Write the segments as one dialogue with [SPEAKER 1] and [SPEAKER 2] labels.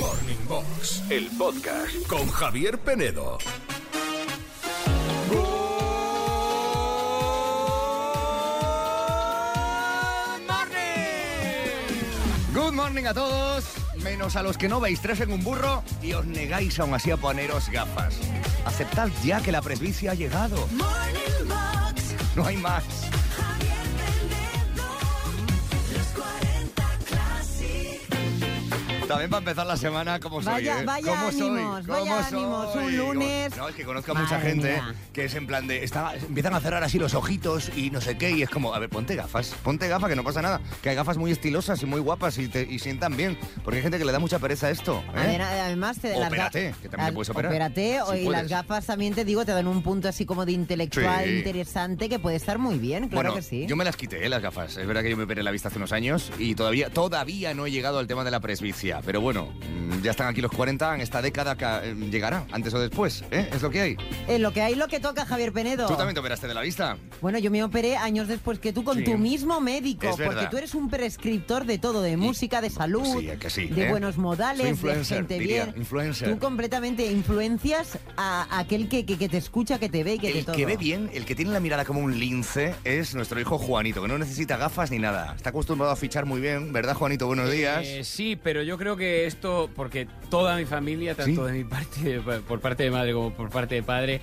[SPEAKER 1] Morning Box
[SPEAKER 2] El podcast.
[SPEAKER 1] con Javier Penedo.
[SPEAKER 3] Good morning a todos, menos a los que no veis tres en un burro y os negáis aún así a poneros gafas. Aceptad ya que la presbicia ha llegado.
[SPEAKER 4] Morning Box,
[SPEAKER 3] No hay más.
[SPEAKER 4] Javier Penedo, los 40 Classic.
[SPEAKER 3] También para empezar la semana, ¿cómo soy?
[SPEAKER 5] Vaya-
[SPEAKER 3] eh?
[SPEAKER 5] vaya
[SPEAKER 3] ¿Cómo soy?
[SPEAKER 5] ánimos,
[SPEAKER 3] ¿Cómo
[SPEAKER 5] vaya
[SPEAKER 3] soy?
[SPEAKER 5] ánimos, un
[SPEAKER 3] ¿Cómo-
[SPEAKER 5] lunes.
[SPEAKER 3] No, es que conozco a mucha
[SPEAKER 5] Madre
[SPEAKER 3] gente
[SPEAKER 5] mía.
[SPEAKER 3] que es en plan de. está- empiezan a cerrar así los ojitos y no sé qué, y es como, a ver, ponte gafas, ponte gafas, que no pasa nada. Que hay gafas muy estilosas y muy guapas y, te, y sientan bien. Porque hay gente que le da mucha pereza esto. ¿eh?
[SPEAKER 5] A ver, además te las
[SPEAKER 3] Opérate,
[SPEAKER 5] gafas-
[SPEAKER 3] que también te puedes operar.
[SPEAKER 5] Opérate,
[SPEAKER 3] Si
[SPEAKER 5] o- y
[SPEAKER 3] puedes.
[SPEAKER 5] las gafas también te digo, te dan un punto así como de intelectual
[SPEAKER 3] Sí.
[SPEAKER 5] interesante que puede estar muy bien, claro
[SPEAKER 3] bueno,
[SPEAKER 5] que sí.
[SPEAKER 3] yo me las quité, eh, las gafas. Es verdad que yo me operé la vista hace unos años y todavía, todavía no he llegado al tema de la presbicia. Pero bueno, mm, ya están aquí los 40, en esta década ca- eh, llegará, antes o después. ¿eh? Es lo que hay.
[SPEAKER 5] En lo que hay, lo que toca, Javier Penedo.
[SPEAKER 3] Tú también te operaste de la vista.
[SPEAKER 5] Bueno, yo me operé años después que tú con
[SPEAKER 3] Sí.
[SPEAKER 5] tu mismo médico,
[SPEAKER 3] Es
[SPEAKER 5] porque
[SPEAKER 3] verdad.
[SPEAKER 5] tú eres un prescriptor de todo, de música, de salud,
[SPEAKER 3] Sí, eh, que sí,
[SPEAKER 5] de
[SPEAKER 3] ¿eh?
[SPEAKER 5] buenos
[SPEAKER 3] Soy
[SPEAKER 5] modales, de
[SPEAKER 3] influencer,
[SPEAKER 5] gente
[SPEAKER 3] diría,
[SPEAKER 5] bien.
[SPEAKER 3] influencer.
[SPEAKER 5] Tú completamente influencias a aquel que, que- que te escucha, que te ve y que te
[SPEAKER 3] El
[SPEAKER 5] todo.
[SPEAKER 3] que ve bien, el que tiene la mirada como un lince, es nuestro hijo Juanito, que no necesita gafas ni nada. Está acostumbrado a fichar muy bien, ¿verdad, Juanito? Buenos días.
[SPEAKER 6] Eh, sí, pero yo creo que esto, porque toda mi familia, tanto
[SPEAKER 3] ¿Sí?
[SPEAKER 6] de mi parte, por parte de madre como por parte de padre,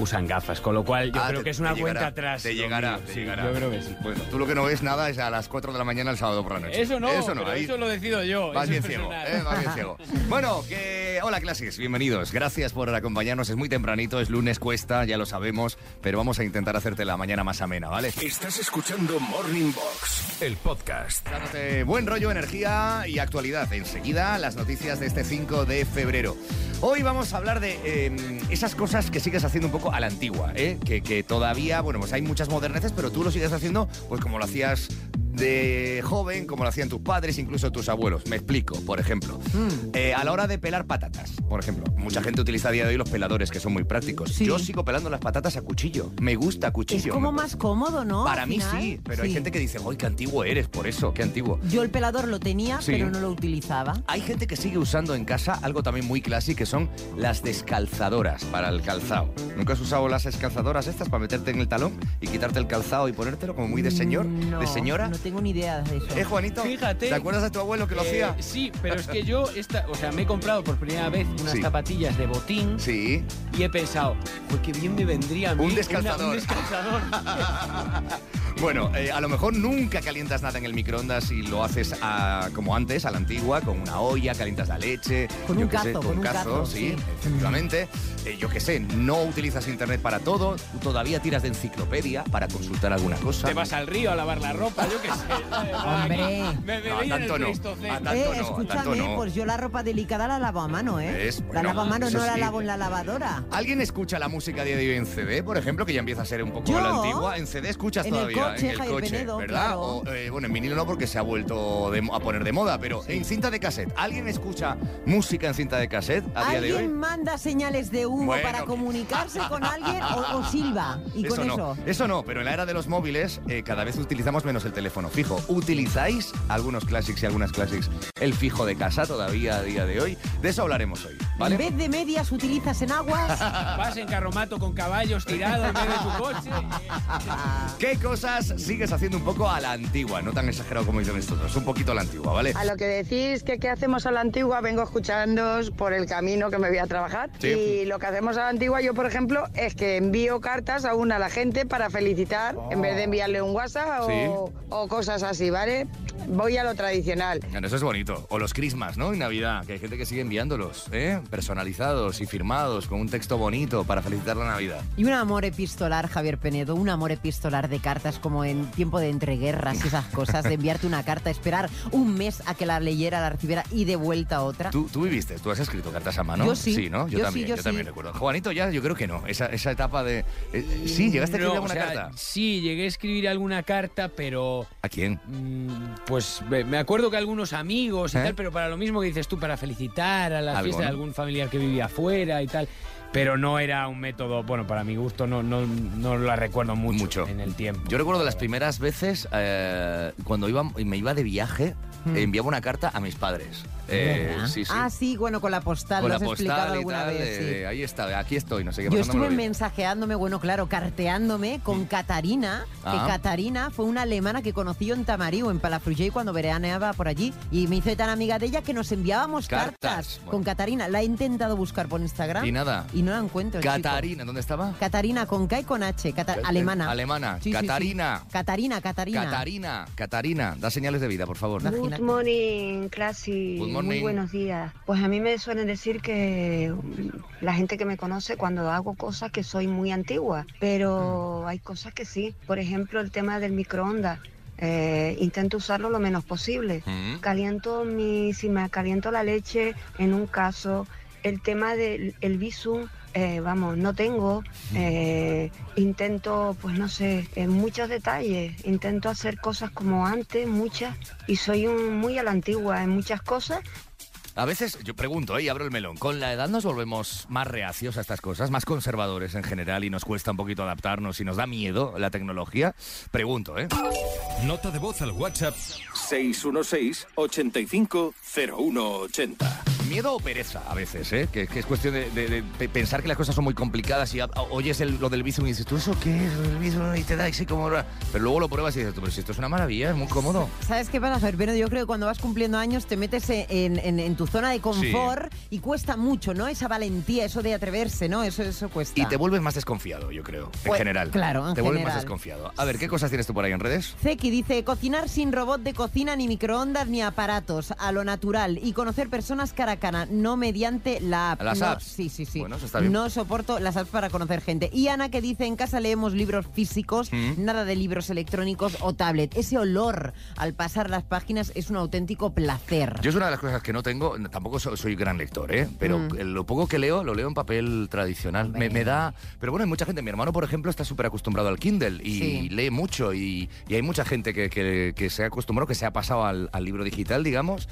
[SPEAKER 6] usan gafas, con lo cual yo
[SPEAKER 3] Ah,
[SPEAKER 6] creo
[SPEAKER 3] te-
[SPEAKER 6] que es una
[SPEAKER 3] te
[SPEAKER 6] cuenta
[SPEAKER 3] llegará,
[SPEAKER 6] atrás.
[SPEAKER 3] Te
[SPEAKER 6] lo
[SPEAKER 3] llegará,
[SPEAKER 6] mío.
[SPEAKER 3] te
[SPEAKER 6] Sí,
[SPEAKER 3] llegará.
[SPEAKER 6] Yo creo que sí.
[SPEAKER 3] Bueno, tú lo que no ves nada es a las 4 de la mañana el sábado por la noche.
[SPEAKER 6] Eso no,
[SPEAKER 3] Eso no,
[SPEAKER 6] pero
[SPEAKER 3] ahí-
[SPEAKER 6] eso lo decido yo.
[SPEAKER 3] Vas
[SPEAKER 6] eso
[SPEAKER 3] bien
[SPEAKER 6] es
[SPEAKER 3] ciego,
[SPEAKER 6] personal.
[SPEAKER 3] eh, vas bien ciego. Bueno, que... hola clases, bienvenidos. Gracias por acompañarnos. Es muy tempranito, es lunes, cuesta, ya lo sabemos, pero vamos a intentar hacerte la mañana más amena, ¿vale?
[SPEAKER 1] Estás escuchando Morning Box, el podcast.
[SPEAKER 3] Dándote buen rollo, energía y actualidad. Enseguida las noticias de este 5 de febrero. Hoy vamos a hablar de eh, esas cosas que sigues haciendo un poco a la antigua, ¿eh? que, que todavía, bueno, pues hay muchas moderneces, pero tú lo sigues haciendo pues como lo hacías de joven, como lo hacían tus padres, incluso tus abuelos. Me explico, por ejemplo.
[SPEAKER 5] Hmm.
[SPEAKER 3] Eh, a la hora de pelar patatas, por ejemplo. Mucha gente utiliza a día de hoy los peladores, que son muy prácticos.
[SPEAKER 5] Sí.
[SPEAKER 3] Yo sigo pelando las patatas a cuchillo. Me gusta a
[SPEAKER 5] Es
[SPEAKER 3] cuchillo.
[SPEAKER 5] como
[SPEAKER 3] Me-
[SPEAKER 5] más cómodo, ¿no?
[SPEAKER 3] Para
[SPEAKER 5] Al
[SPEAKER 3] mí
[SPEAKER 5] final.
[SPEAKER 3] sí, pero hay
[SPEAKER 5] Sí.
[SPEAKER 3] gente que dice, uy, qué antiguo eres, por eso, qué antiguo.
[SPEAKER 5] Yo el pelador lo tenía,
[SPEAKER 3] Sí.
[SPEAKER 5] pero no lo utilizaba.
[SPEAKER 3] Hay gente que sigue usando en casa algo también muy clásico, que son las descalzadoras para el calzado. ¿Nunca has usado las descalzadoras estas para meterte en el talón y quitarte el calzado y ponértelo como muy de señor,
[SPEAKER 5] No,
[SPEAKER 3] de señora?
[SPEAKER 5] No tengo ni idea de eso.
[SPEAKER 3] ¿Eh, Juanito?
[SPEAKER 6] Fíjate.
[SPEAKER 3] ¿Te acuerdas de tu abuelo que lo
[SPEAKER 6] Eh,
[SPEAKER 3] hacía?
[SPEAKER 6] sí, pero es que yo esta, o sea, me he comprado por primera vez unas
[SPEAKER 3] Sí.
[SPEAKER 6] zapatillas de botín
[SPEAKER 3] Sí.
[SPEAKER 6] y he pensado, pues qué bien me vendría a mí
[SPEAKER 3] Un
[SPEAKER 6] una-
[SPEAKER 3] descalzador.
[SPEAKER 6] un descalzador.
[SPEAKER 3] Bueno, eh, a lo mejor nunca calientas nada en el microondas y lo haces a- como antes, a la antigua, con una olla, calientas la leche.
[SPEAKER 5] Con
[SPEAKER 3] yo
[SPEAKER 5] un
[SPEAKER 3] qué sé,
[SPEAKER 5] cazo,
[SPEAKER 3] con un cazo, sí, efectivamente. Eh, yo qué sé, no utilizas internet para todo, tú todavía tiras de enciclopedia para consultar alguna cosa.
[SPEAKER 6] Te vas al río a lavar la ropa, yo qué sé.
[SPEAKER 5] Hombre.
[SPEAKER 6] Me
[SPEAKER 3] No,
[SPEAKER 6] bebí en
[SPEAKER 3] tanto
[SPEAKER 6] el
[SPEAKER 3] no.
[SPEAKER 6] Pleistoceno.
[SPEAKER 3] A tanto
[SPEAKER 5] Eh,
[SPEAKER 3] no, a
[SPEAKER 5] escúchame,
[SPEAKER 3] tanto no.
[SPEAKER 5] pues yo la ropa delicada la lavo a mano, ¿eh?
[SPEAKER 3] Es,
[SPEAKER 5] la
[SPEAKER 3] bueno,
[SPEAKER 5] lavo a mano,
[SPEAKER 3] eso
[SPEAKER 5] no la
[SPEAKER 3] sí.
[SPEAKER 5] lavo en la lavadora.
[SPEAKER 3] ¿Alguien escucha la música a día de hoy en CD, por ejemplo, que ya empieza a ser un poco
[SPEAKER 5] Yo.
[SPEAKER 3] a la antigua? En CD escuchas
[SPEAKER 5] En el
[SPEAKER 3] todavía,
[SPEAKER 5] coche,
[SPEAKER 3] en el
[SPEAKER 5] Javier
[SPEAKER 3] coche,
[SPEAKER 5] Penedo,
[SPEAKER 3] ¿verdad?
[SPEAKER 5] claro.
[SPEAKER 3] O, eh, bueno, en vinilo no porque se ha vuelto de mo- a poner de moda, pero en cinta de cassette. ¿Alguien escucha música en cinta de cassette a día de hoy?
[SPEAKER 5] ¿Alguien manda señales de humo
[SPEAKER 3] Bueno.
[SPEAKER 5] para comunicarse con alguien o, o silba? Y
[SPEAKER 3] eso
[SPEAKER 5] con
[SPEAKER 3] no,
[SPEAKER 5] eso.
[SPEAKER 3] eso no, pero en la era de los móviles eh, cada vez utilizamos menos el teléfono fijo. ¿Utilizáis algunos classics y algunas classics el fijo de casa todavía a día de hoy? De eso hablaremos hoy, ¿vale?
[SPEAKER 5] En vez de medias utilizas enaguas.
[SPEAKER 6] Vas en carromato con caballos tirados en vez de tu coche.
[SPEAKER 3] ¿Qué cosas sigues haciendo un poco a la antigua? No tan exagerado como dicen estos dos, un poquito a la antigua, ¿vale?
[SPEAKER 7] A lo que decís que qué hacemos a la antigua, vengo escuchándoos por el camino que me voy a trabajar.
[SPEAKER 3] Sí.
[SPEAKER 7] Y lo que hacemos a la antigua, yo por ejemplo, es que envío cartas aún a la gente para felicitar, en vez de enviarle un WhatsApp o, o cosas así, ¿vale? Voy a lo tradicional.
[SPEAKER 3] Bueno, eso es bonito. O los Christmas, ¿no? Y Navidad, que hay gente que sigue enviándolos, ¿eh? Personalizados y firmados con un texto bonito para felicitar la Navidad.
[SPEAKER 5] Y un amor epistolar, Javier Penedo, un amor epistolar de cartas como en tiempo de entreguerras y esas cosas, de enviarte una carta, esperar un mes a que la leyera, la recibiera y de vuelta otra.
[SPEAKER 3] ¿Tú, tú viviste, tú has escrito cartas a mano.
[SPEAKER 5] Yo sí.
[SPEAKER 3] Sí, ¿no? Yo,
[SPEAKER 5] Yo sí,
[SPEAKER 3] también,
[SPEAKER 5] yo
[SPEAKER 3] yo, también
[SPEAKER 5] sí.
[SPEAKER 3] recuerdo. Juanito, ya yo creo que no. Esa, esa etapa de. eh, eh, sí, llegaste a escribir
[SPEAKER 6] No, o
[SPEAKER 3] alguna
[SPEAKER 6] sea,
[SPEAKER 3] carta.
[SPEAKER 6] Sí, llegué a escribir alguna carta, pero.
[SPEAKER 3] ¿A quién?
[SPEAKER 6] mm, Pues me me acuerdo que algunos amigos y
[SPEAKER 3] ¿Eh?
[SPEAKER 6] tal, pero para lo mismo que dices tú, para felicitar a la
[SPEAKER 3] Algo,
[SPEAKER 6] fiesta de
[SPEAKER 3] ¿no?
[SPEAKER 6] algún familiar que vivía afuera y tal. Pero no era un método, bueno, para mi gusto no, no, no la recuerdo mucho,
[SPEAKER 8] Mucho.
[SPEAKER 6] en el tiempo.
[SPEAKER 3] Yo recuerdo las primeras veces eh, cuando iba, me iba de viaje, enviaba una carta a mis padres. Eh,
[SPEAKER 5] ¿Verdad?
[SPEAKER 3] sí, sí.
[SPEAKER 5] Ah, sí, bueno, con la postal,
[SPEAKER 3] Con
[SPEAKER 5] lo
[SPEAKER 3] la
[SPEAKER 5] has explicado
[SPEAKER 3] postal y
[SPEAKER 5] alguna
[SPEAKER 3] tal.
[SPEAKER 5] vez. sí.
[SPEAKER 3] eh, ahí está, aquí estoy, no sé qué.
[SPEAKER 5] Yo
[SPEAKER 3] pasándomelo
[SPEAKER 5] estuve
[SPEAKER 3] bien. Mm.
[SPEAKER 5] mensajeándome, bueno, claro, carteándome con Catarina,
[SPEAKER 3] Ah.
[SPEAKER 5] que Catarina fue una alemana que conocí yo en Tamariu, en Palafrugell, cuando veraneaba por allí, y me hice tan amiga de ella que nos enviábamos cartas,
[SPEAKER 3] Cartas, bueno.
[SPEAKER 5] con Catarina. La he intentado buscar por Instagram
[SPEAKER 3] Y nada.
[SPEAKER 5] y no la encuentro. chico.
[SPEAKER 3] Catarina, ¿dónde estaba?
[SPEAKER 5] Catarina con K y con H, cata- alemana.
[SPEAKER 3] Alemana.
[SPEAKER 5] Sí, sí, sí.
[SPEAKER 3] Catarina.
[SPEAKER 5] Catarina, Catarina.
[SPEAKER 3] Catarina, Catarina, da señales de vida, por favor.
[SPEAKER 5] Imagínate.
[SPEAKER 9] Good morning, classy.
[SPEAKER 3] Good
[SPEAKER 9] Muy
[SPEAKER 3] morning.
[SPEAKER 9] buenos días. Pues a mí me suelen decir que mm, la gente que me conoce cuando hago cosas que soy muy antigua,
[SPEAKER 3] Mm.
[SPEAKER 9] pero hay cosas que sí. Por ejemplo, el tema del microondas. Eh, intento usarlo lo menos posible.
[SPEAKER 3] Mm.
[SPEAKER 9] Caliento mi, si me caliento la leche, en un caso, el tema del el visum, eh, vamos, no tengo. Eh, intento, pues no sé, en muchos detalles. Intento hacer cosas como antes, muchas. Y soy un, muy a la antigua en muchas cosas.
[SPEAKER 3] A veces, yo pregunto, ¿eh? y abro el melón, con la edad nos volvemos más reacios a estas cosas, más conservadores en general y nos cuesta un poquito adaptarnos y nos da miedo la tecnología. Pregunto, ¿eh?
[SPEAKER 1] Nota de voz al WhatsApp 616-850180.
[SPEAKER 3] Miedo o pereza a veces, ¿eh? Que, que es cuestión de, de- de pe- pensar que las cosas son muy complicadas y a- a- oyes el- lo del bizum y dices, ¿tú eso qué es? El bizum y te da así como... Pero luego lo pruebas y dices, tú, pero si esto es una maravilla, es muy cómodo.
[SPEAKER 5] ¿Sabes qué pasa, Ferpero? Yo creo que cuando vas cumpliendo años te metes en, en- en tu zona de confort y cuesta mucho, ¿no? Esa valentía, eso de atreverse, ¿no? Eso, eso cuesta.
[SPEAKER 3] Y te vuelves más desconfiado, yo creo, en
[SPEAKER 5] Pues,
[SPEAKER 3] general.
[SPEAKER 5] claro, en
[SPEAKER 3] Te vuelves más
[SPEAKER 5] general.
[SPEAKER 3] desconfiado. A ver, ¿qué cosas tienes tú por ahí en redes?
[SPEAKER 5] Zeki dice, cocinar sin robot de cocina, ni microondas, ni aparatos, a lo natural y conocer personas cara a cara, no mediante la app.
[SPEAKER 3] Las
[SPEAKER 5] No-
[SPEAKER 3] apps.
[SPEAKER 5] Sí, sí, sí.
[SPEAKER 3] Bueno, eso está bien.
[SPEAKER 5] No soporto las apps para conocer gente. Y Ana que dice, en casa leemos libros físicos,
[SPEAKER 3] Mm.
[SPEAKER 5] nada de libros electrónicos o tablet. Ese olor al pasar las páginas es un auténtico placer.
[SPEAKER 3] Yo es una de las cosas que no tengo, tampoco so- soy gran lector, ¿eh? pero
[SPEAKER 5] Mm.
[SPEAKER 3] lo poco que leo, lo leo en papel tradicional. Me, me da. Pero bueno, hay mucha gente. Mi hermano, por ejemplo, está súper acostumbrado al Kindle y
[SPEAKER 5] Sí.
[SPEAKER 3] lee mucho. Y, y hay mucha gente que, que- que se ha acostumbrado, que se ha pasado al, al libro digital, digamos,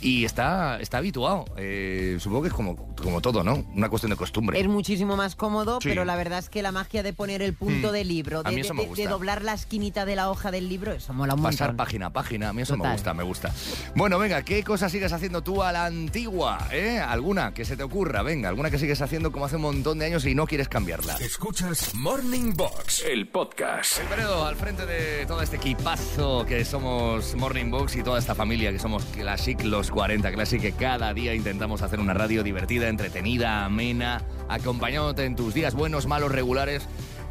[SPEAKER 3] y está, está habituado. Eh, supongo que es como, como todo, ¿no? Una cuestión de costumbre.
[SPEAKER 5] Es muchísimo más cómodo,
[SPEAKER 3] Sí. Hmm.
[SPEAKER 5] pero la verdad es que la magia de poner el punto del libro,
[SPEAKER 3] A
[SPEAKER 5] de,
[SPEAKER 3] mí eso
[SPEAKER 5] de-
[SPEAKER 3] me
[SPEAKER 5] de-
[SPEAKER 3] gusta.
[SPEAKER 5] de doblar la esquinita de la hoja del libro, eso mola un
[SPEAKER 3] Pasar
[SPEAKER 5] montón.
[SPEAKER 3] página a página, a mí eso me
[SPEAKER 5] Total.
[SPEAKER 3] gusta, me gusta. Bueno, venga, ¿qué cosas sigues haciendo tú a la antigua? ¿eh? ¿Alguna que se te ocurra? Venga, alguna que sigues haciendo como hace un montón de años y no quieres cambiarla.
[SPEAKER 1] Escuchas Morning Box, el podcast.
[SPEAKER 3] Alfredo, al frente de todo este equipazo que somos Morning Box y toda esta familia que somos Classic Los 40 Classic, que cada día intentamos hacer una radio divertida, entretenida, amena, acompañándote en tus días buenos, malos, regulares.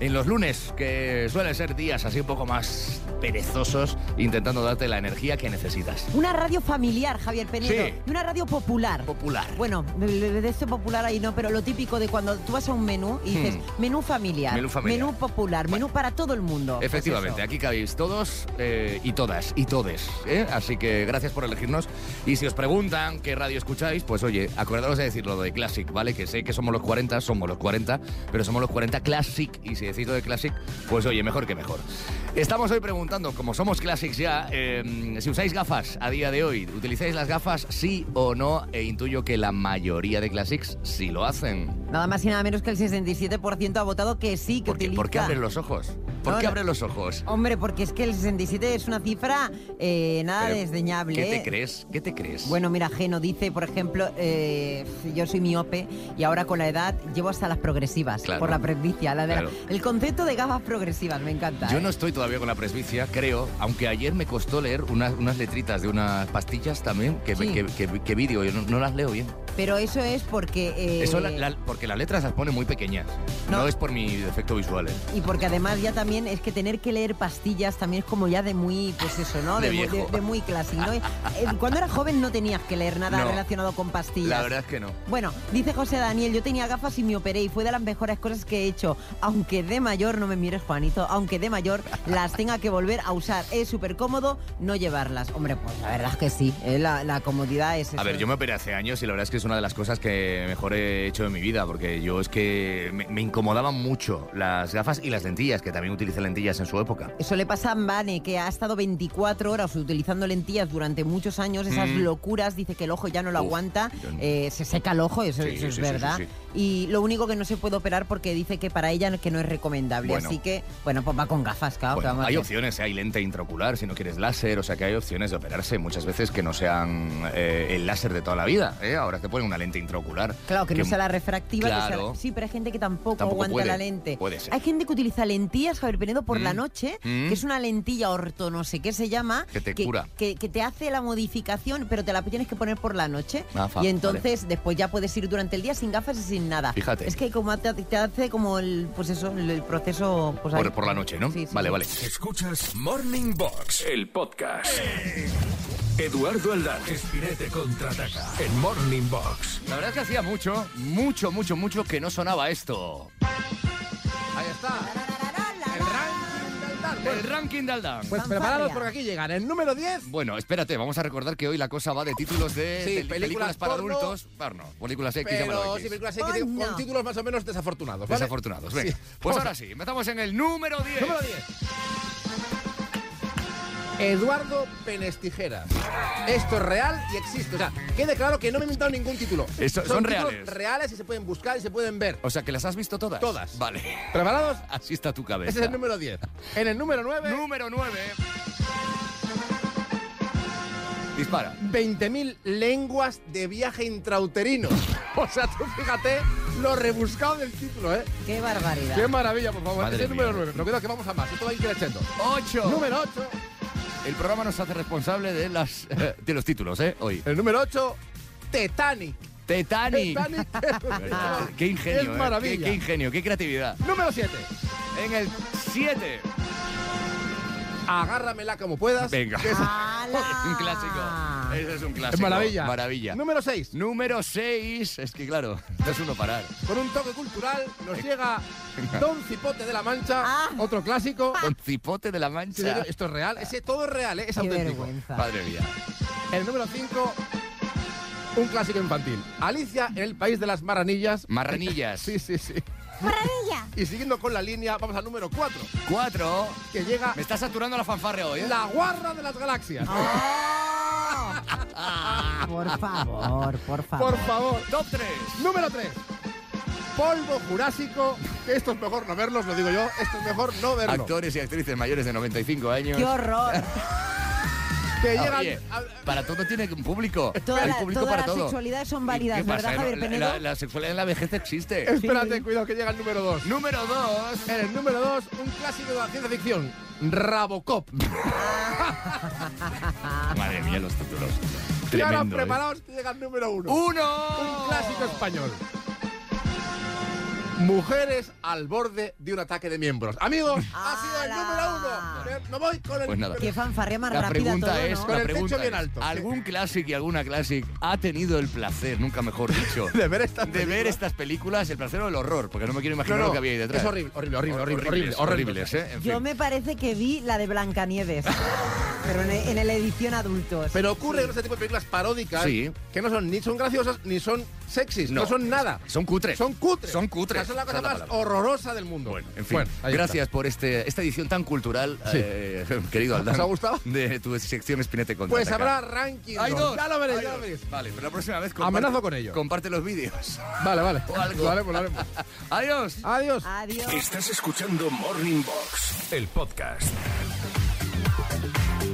[SPEAKER 3] En los lunes, que suelen ser días así un poco más perezosos, intentando darte la energía que necesitas.
[SPEAKER 5] Una radio familiar, Javier Penedo,
[SPEAKER 3] Sí.
[SPEAKER 5] y una radio popular.
[SPEAKER 3] Popular.
[SPEAKER 5] Bueno, de, de- de este popular ahí no, pero lo típico de cuando tú vas a un menú y dices menú familiar,
[SPEAKER 3] Hmm. Menú familiar.
[SPEAKER 5] menú popular, menú para todo el mundo. Pues
[SPEAKER 3] Efectivamente,
[SPEAKER 5] eso.
[SPEAKER 3] aquí cabéis todos eh, y todas y todes. ¿eh? Así que gracias por elegirnos. Y si os preguntan qué radio escucháis, pues oye, acordaros de decir lo de Classic, ¿vale? Que sé que somos los 40, somos los 40, pero somos los 40 Classic. Y si decís lo de Classic, pues oye, mejor que mejor. Estamos hoy preguntando, como somos Classics ya, eh, si usáis gafas a día de hoy, ¿utilizáis las gafas sí o no? E intuyo que la mayoría de Classics sí lo hacen.
[SPEAKER 5] Nada más y nada menos que el 67% ha votado que sí, que
[SPEAKER 3] ¿Por qué,
[SPEAKER 5] utiliza.
[SPEAKER 3] ¿Por qué abren los ojos? ¿Por
[SPEAKER 5] No,
[SPEAKER 3] qué
[SPEAKER 5] no.
[SPEAKER 3] abren los ojos?
[SPEAKER 5] Hombre, porque es que el 67 es una cifra eh, nada
[SPEAKER 3] Pero,
[SPEAKER 5] desdeñable.
[SPEAKER 3] ¿Qué
[SPEAKER 5] ¿eh?
[SPEAKER 3] te crees? ¿Qué te crees?
[SPEAKER 5] Bueno, mira, Geno dice, por ejemplo, eh, yo soy miope y ahora con la edad llevo hasta las progresivas
[SPEAKER 3] Claro.
[SPEAKER 5] por la presbicia. La de la-
[SPEAKER 3] Claro.
[SPEAKER 5] el concepto de gafas progresivas me encanta.
[SPEAKER 3] Yo
[SPEAKER 5] ¿eh?
[SPEAKER 3] no estoy todavía con la presbicia, creo, aunque ayer me costó leer unas, unas letritas de unas pastillas también que,
[SPEAKER 5] Sí.
[SPEAKER 3] que, que- que vi, digo, yo no, no las leo bien.
[SPEAKER 5] Pero eso es porque... eh,
[SPEAKER 3] Eso la- la- porque las letras las pone muy pequeñas. No,
[SPEAKER 5] No.
[SPEAKER 3] es por mi defecto visual. eh.
[SPEAKER 5] Y porque además ya también es que tener que leer pastillas también es como ya de muy, pues eso, ¿no?
[SPEAKER 3] De
[SPEAKER 5] muy-
[SPEAKER 3] viejo.
[SPEAKER 5] de muy clásico. ¿no? Eh, Cuando era joven no tenías que leer nada
[SPEAKER 3] No.
[SPEAKER 5] relacionado con pastillas.
[SPEAKER 3] La verdad es que no.
[SPEAKER 5] Bueno, dice José Daniel, yo tenía gafas y me operé y fue de las mejores cosas que he hecho. Aunque de mayor, no me mires Juanito, aunque de mayor las tenga que volver a usar. Es súper cómodo no llevarlas. Hombre, pues la verdad es que sí, eh, la, la comodidad es
[SPEAKER 3] A
[SPEAKER 5] eso.
[SPEAKER 3] ver, yo me operé hace años y la verdad es que es una de las cosas que mejor he hecho en mi vida, porque yo es que me, me incomodaban mucho las gafas y las lentillas, que también utilicé lentillas en su época.
[SPEAKER 5] Eso le pasa a Mbane, que ha estado 24 horas utilizando lentillas durante muchos años, esas locuras, dice que el ojo ya no lo
[SPEAKER 3] Mm. Uf,
[SPEAKER 5] aguanta,
[SPEAKER 3] yo no-
[SPEAKER 5] eh, se seca el ojo, eso,
[SPEAKER 3] Sí,
[SPEAKER 5] eso es
[SPEAKER 3] sí, sí, sí,
[SPEAKER 5] verdad.
[SPEAKER 3] sí.
[SPEAKER 5] Y lo único que no se puede operar porque dice que para ella que no es recomendable.
[SPEAKER 3] Bueno.
[SPEAKER 5] Así que, bueno, pues va con gafas,
[SPEAKER 10] Ah,
[SPEAKER 5] claro.
[SPEAKER 3] Bueno,
[SPEAKER 5] que vamos a
[SPEAKER 3] hay
[SPEAKER 5] hacer.
[SPEAKER 3] opciones, ¿eh? hay lente intraocular, si no quieres láser, o sea que hay opciones de operarse muchas veces que no sean eh, el láser de toda la vida. ¿eh? Ahora te ponen una lente intraocular.
[SPEAKER 5] Claro, que, no sea la refractiva. que sea-
[SPEAKER 3] Claro.
[SPEAKER 5] sí, pero hay gente que tampoco,
[SPEAKER 3] Tampoco
[SPEAKER 5] aguanta
[SPEAKER 3] puede,
[SPEAKER 5] la lente.
[SPEAKER 3] puede ser.
[SPEAKER 5] Hay gente que utiliza lentillas, Javier Penedo, por la
[SPEAKER 3] Mm.
[SPEAKER 5] noche,
[SPEAKER 3] Mm.
[SPEAKER 5] que es una lentilla orto, no sé qué se llama.
[SPEAKER 3] Que te cura.
[SPEAKER 5] Que, que te hace la modificación, pero te la tienes que poner por la noche.
[SPEAKER 3] Ah, fa,
[SPEAKER 5] y entonces después ya puedes ir durante el día sin gafas y sin nada.
[SPEAKER 3] Fíjate.
[SPEAKER 5] Es que como te, te hace como el, pues eso, el el proceso... pues ahí.
[SPEAKER 3] Por, por la noche, ¿no?
[SPEAKER 5] Sí, sí.
[SPEAKER 3] Vale, vale.
[SPEAKER 1] Escuchas Morning Box, el podcast. Eduardo Aldán, Espinete contraataca en Morning Box.
[SPEAKER 3] La verdad es que hacía mucho, mucho, mucho, mucho que no sonaba esto. Ahí está, el ranking del Dan. El ranking del Dan.
[SPEAKER 10] Pues
[SPEAKER 5] Fanfarria.
[SPEAKER 10] preparados porque aquí llegan el número 10.
[SPEAKER 3] Bueno, espérate, vamos a recordar que hoy la cosa va de títulos de
[SPEAKER 10] Sí,
[SPEAKER 3] de-
[SPEAKER 10] películas
[SPEAKER 3] para
[SPEAKER 10] porno.
[SPEAKER 3] adultos. Porno, películas X, llámalo
[SPEAKER 10] Pero
[SPEAKER 3] X.
[SPEAKER 10] sí, películas X
[SPEAKER 5] Ay, no.
[SPEAKER 10] con títulos más o menos desafortunados, ¿vale?
[SPEAKER 3] Desafortunados. Venga,
[SPEAKER 10] Sí.
[SPEAKER 3] pues
[SPEAKER 10] Vamos
[SPEAKER 3] ahora
[SPEAKER 10] a-
[SPEAKER 3] sí, empezamos en el número 10.
[SPEAKER 10] Número 10. Eduardo Penestijeras. Esto es real y existe. O sea, quede claro que no me he inventado ningún título.
[SPEAKER 3] Esto- son
[SPEAKER 10] títulos
[SPEAKER 3] reales.
[SPEAKER 10] reales y se pueden buscar y se pueden ver.
[SPEAKER 3] O sea, que las has visto todas.
[SPEAKER 10] Todas.
[SPEAKER 3] Vale.
[SPEAKER 10] ¿Preparados?
[SPEAKER 3] Así está tu cabeza.
[SPEAKER 10] Ese es el número 10. En el número 9,
[SPEAKER 3] número 9. Dispara.
[SPEAKER 10] 20.000 lenguas de viaje intrauterino. O sea, tú fíjate lo rebuscado del título, ¿eh?
[SPEAKER 5] Qué barbaridad.
[SPEAKER 10] Qué maravilla, por favor.
[SPEAKER 3] Madre
[SPEAKER 10] Ese es el
[SPEAKER 3] mía.
[SPEAKER 10] número 9. Pero cuidado que vamos a más. Esto va a ir creciendo.
[SPEAKER 3] 8.
[SPEAKER 10] Número 8.
[SPEAKER 3] El programa nos hace responsable de las de los títulos, ¿eh? Hoy.
[SPEAKER 10] El número 8, Titanic.
[SPEAKER 3] Titanic.
[SPEAKER 10] Titanic.
[SPEAKER 3] Qué ingenio,
[SPEAKER 10] Ah, Es
[SPEAKER 3] ¿eh?
[SPEAKER 10] maravilla.
[SPEAKER 3] Qué, qué ingenio, qué creatividad.
[SPEAKER 10] Número 7.
[SPEAKER 3] En el 7.
[SPEAKER 10] Agárramela como puedas.
[SPEAKER 3] Venga.
[SPEAKER 10] que es-
[SPEAKER 5] ¡Hala!
[SPEAKER 3] Un clásico. Ese es un clásico.
[SPEAKER 10] es maravilla.
[SPEAKER 3] Maravilla.
[SPEAKER 10] Número 6.
[SPEAKER 3] Número 6. Es que claro, no es uno parar.
[SPEAKER 10] Con un toque cultural nos llega Don Cipote de la Mancha,
[SPEAKER 5] Ah.
[SPEAKER 10] otro clásico.
[SPEAKER 3] Con Cipote de la
[SPEAKER 10] Sí,
[SPEAKER 3] Mancha.
[SPEAKER 10] señor, Esto es real, ese todo es real, ¿eh? es
[SPEAKER 5] Qué
[SPEAKER 10] auténtico.
[SPEAKER 5] vergüenza.
[SPEAKER 3] Madre mía.
[SPEAKER 10] El número 5, un clásico infantil. Alicia en el país de las maranillas.
[SPEAKER 3] Marranillas.
[SPEAKER 10] Sí, sí, sí. Y siguiendo con la línea, vamos al número 4,
[SPEAKER 3] 4.
[SPEAKER 10] que llega
[SPEAKER 3] Me está saturando la fanfarria hoy, ¿eh?
[SPEAKER 10] la guarra de las galaxias.
[SPEAKER 5] ¡Oh! Por favor, por favor.
[SPEAKER 10] Por favor.
[SPEAKER 3] Ah. Top 3.
[SPEAKER 10] Número 3. Polvo jurásico. que Esto es mejor no verlos, lo digo yo. Esto es mejor no verlo.
[SPEAKER 3] Actores y actrices mayores de 95 años.
[SPEAKER 5] ¡Qué horror!
[SPEAKER 10] Que
[SPEAKER 3] Ah,
[SPEAKER 10] llegan.
[SPEAKER 3] oye,
[SPEAKER 10] a-
[SPEAKER 3] para todo tiene un público.
[SPEAKER 5] Toda
[SPEAKER 3] Hay
[SPEAKER 5] la-
[SPEAKER 3] público
[SPEAKER 5] todas
[SPEAKER 3] para
[SPEAKER 5] las
[SPEAKER 3] todo.
[SPEAKER 5] sexualidades son
[SPEAKER 3] ¿Y
[SPEAKER 5] válidas,
[SPEAKER 3] qué
[SPEAKER 5] ¿verdad,
[SPEAKER 3] pasa?
[SPEAKER 5] Javier
[SPEAKER 3] La-
[SPEAKER 5] Penedo?
[SPEAKER 3] La, la sexualidad en la vejez existe.
[SPEAKER 10] espérate, cuidado que llega el número 2.
[SPEAKER 3] Número 2.
[SPEAKER 10] En el número 2, un clásico de la ciencia ficción. Rabocop.
[SPEAKER 3] Madre mía, los títulos.
[SPEAKER 10] Y ahora
[SPEAKER 3] Tremendo. ¿eh?
[SPEAKER 10] preparaos que llega el número 1.
[SPEAKER 3] Uno.
[SPEAKER 10] Un clásico español. Mujeres al borde de un ataque de miembros. Amigos, ha sido el
[SPEAKER 5] ¡Hala!
[SPEAKER 10] número 1. No voy con el.
[SPEAKER 3] Pues nada.
[SPEAKER 5] ¡Qué fanfarria más
[SPEAKER 3] La
[SPEAKER 5] rápida
[SPEAKER 3] pregunta
[SPEAKER 5] todo,
[SPEAKER 3] es,
[SPEAKER 5] ¿no?
[SPEAKER 10] Con
[SPEAKER 3] la
[SPEAKER 10] el
[SPEAKER 3] pregunta
[SPEAKER 10] techo bien
[SPEAKER 3] es,
[SPEAKER 10] alto.
[SPEAKER 3] ¿algún classic y alguna classic ha tenido el placer, nunca mejor dicho,
[SPEAKER 10] De ver estas
[SPEAKER 3] de ver
[SPEAKER 10] películas?
[SPEAKER 3] estas películas, el placer o el horror? Porque no me quiero
[SPEAKER 10] No,
[SPEAKER 3] imaginar
[SPEAKER 10] no,
[SPEAKER 3] lo que había ahí detrás.
[SPEAKER 10] Es horrible, horrible, horrible, horrible, horrible,
[SPEAKER 3] horribles, horribles, ¿eh? En
[SPEAKER 5] Yo
[SPEAKER 3] fin.
[SPEAKER 5] me parece que vi la de Blancanieves, pero en, en la edición adultos.
[SPEAKER 10] Pero ocurre en este tipo de películas paródicas
[SPEAKER 3] Sí.
[SPEAKER 10] que no son ni son graciosas ni son sexys, no,
[SPEAKER 3] No.
[SPEAKER 10] son nada.
[SPEAKER 3] Son cutres.
[SPEAKER 10] Son cutres.
[SPEAKER 3] Son cutres.
[SPEAKER 10] O sea, son la
[SPEAKER 3] Esa
[SPEAKER 10] cosa
[SPEAKER 3] es la
[SPEAKER 10] más
[SPEAKER 3] palabra.
[SPEAKER 10] horrorosa del mundo. Bueno,
[SPEAKER 3] En fin, gracias por este, esta edición tan cultural, eh, querido Aldán.
[SPEAKER 10] ¿Os ha gustado?
[SPEAKER 3] De tu sección Espinete contra.
[SPEAKER 10] Pues habrá ranking.
[SPEAKER 3] Hay
[SPEAKER 10] dos.
[SPEAKER 3] dos.
[SPEAKER 10] Ya lo veréis,
[SPEAKER 3] hay
[SPEAKER 10] ya lo
[SPEAKER 3] dos.
[SPEAKER 10] veréis.
[SPEAKER 3] Vale, pero la próxima vez
[SPEAKER 10] Amenazo con ello.
[SPEAKER 3] Comparte los vídeos.
[SPEAKER 10] Vale, vale.
[SPEAKER 3] O algo.
[SPEAKER 10] Lo haremos, lo haremos.
[SPEAKER 3] Adiós.
[SPEAKER 10] Adiós.
[SPEAKER 5] Adiós.
[SPEAKER 1] Estás escuchando Morning Box, el podcast.